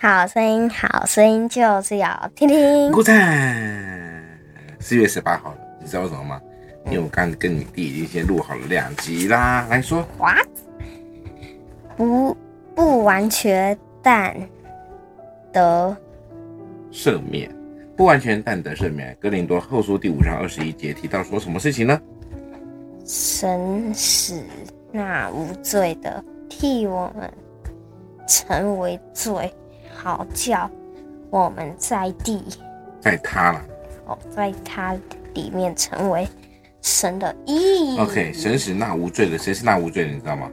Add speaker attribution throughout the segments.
Speaker 1: 好声音，好声音就是要听听。
Speaker 2: 孤单。四月十八号了，你知道为什么吗？因为我刚跟你弟已经先录好了两集啦。来说，
Speaker 1: What？不不完全但得
Speaker 2: 赦免，不完全但得赦免。哥林多后书第五章二十一节提到说什么事情呢？
Speaker 1: 神使那无罪的替我们成为罪，好叫我们在地
Speaker 2: 在他了。
Speaker 1: 哦，在他里面成为神的义。
Speaker 2: OK，神使那无罪的，谁是那无罪的？你知道吗？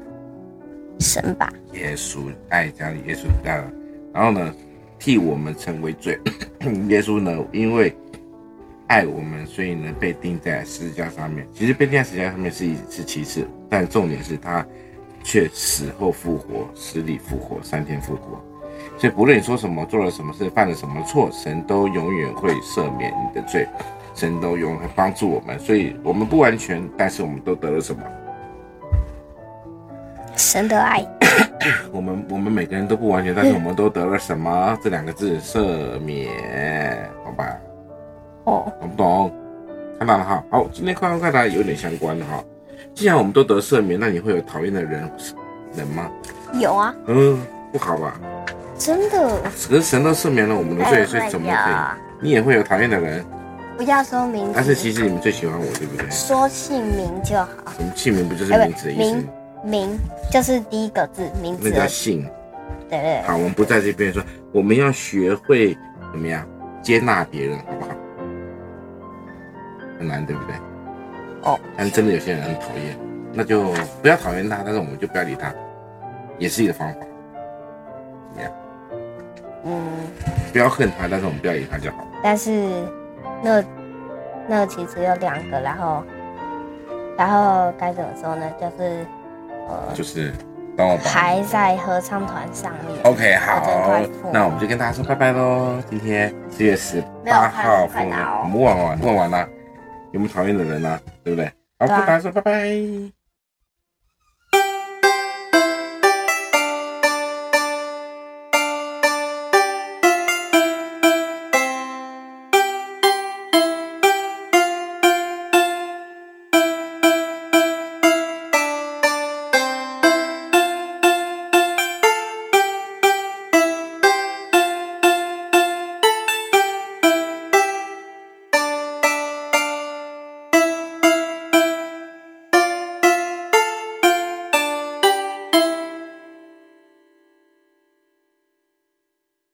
Speaker 1: 神吧，
Speaker 2: 耶稣爱家里，耶稣爱了。然后呢，替我们成为罪。 耶稣呢，因为爱我们，所以呢被钉在十字架上面。其实被钉在十字架上面是一是其次，但重点是他却死后复活，死里复活，三天复活。所以不论你说什么，做了什么事，犯了什么错，神都永远会赦免你的罪，神都永远会帮助我们。所以我们不完全，但是我们都得了什么？
Speaker 1: 神的爱。
Speaker 2: 我们我们每个人都不完全，但是我们都得了什么？这两个字赦免，好吧？
Speaker 1: 哦，
Speaker 2: 懂不懂？看到了哈。好，今天快问快答有点相关的哈。既然我们都得赦免，那你会有讨厌的人人吗？
Speaker 1: 有啊，
Speaker 2: 嗯，不好吧？
Speaker 1: 真的。
Speaker 2: 可是神都赦免了我们的罪，
Speaker 1: 哎
Speaker 2: 所以怎么
Speaker 1: 哎
Speaker 2: 可
Speaker 1: 呀
Speaker 2: 以？你也会有讨厌的人，
Speaker 1: 不要说名字，
Speaker 2: 但是其实你们最喜欢我，对不对？
Speaker 1: 说姓名就好。
Speaker 2: 我们姓名不就是
Speaker 1: 哎不
Speaker 2: 名字的意思啊
Speaker 1: 名？名就是第一个字，名字
Speaker 2: 那
Speaker 1: 的
Speaker 2: 叫姓。
Speaker 1: 对对
Speaker 2: 啊好，我们不在这边说，我们要学会怎么样接纳别人，好不好？很难，对不对？
Speaker 1: 哦，
Speaker 2: 但真的有些人很讨厌，那就不要讨厌他，但是我们就不要理他，也是一个方法。怎么样？
Speaker 1: 嗯，
Speaker 2: 不要恨他，但是我们不要理他就好。
Speaker 1: 但是那那其实有两个，然后然后该怎么说呢？就是呃，
Speaker 2: 就是帮我把。
Speaker 1: 还在合唱团上面。
Speaker 2: OK，
Speaker 1: 我真的
Speaker 2: 好
Speaker 1: 快吐，
Speaker 2: 那我们就跟大家说拜拜喽。今天四月十八号，
Speaker 1: 没有快快打哦
Speaker 2: 我们问完问完了，有没有讨厌的人呢、对不对？好，
Speaker 1: 对啊
Speaker 2: 跟大家说拜拜。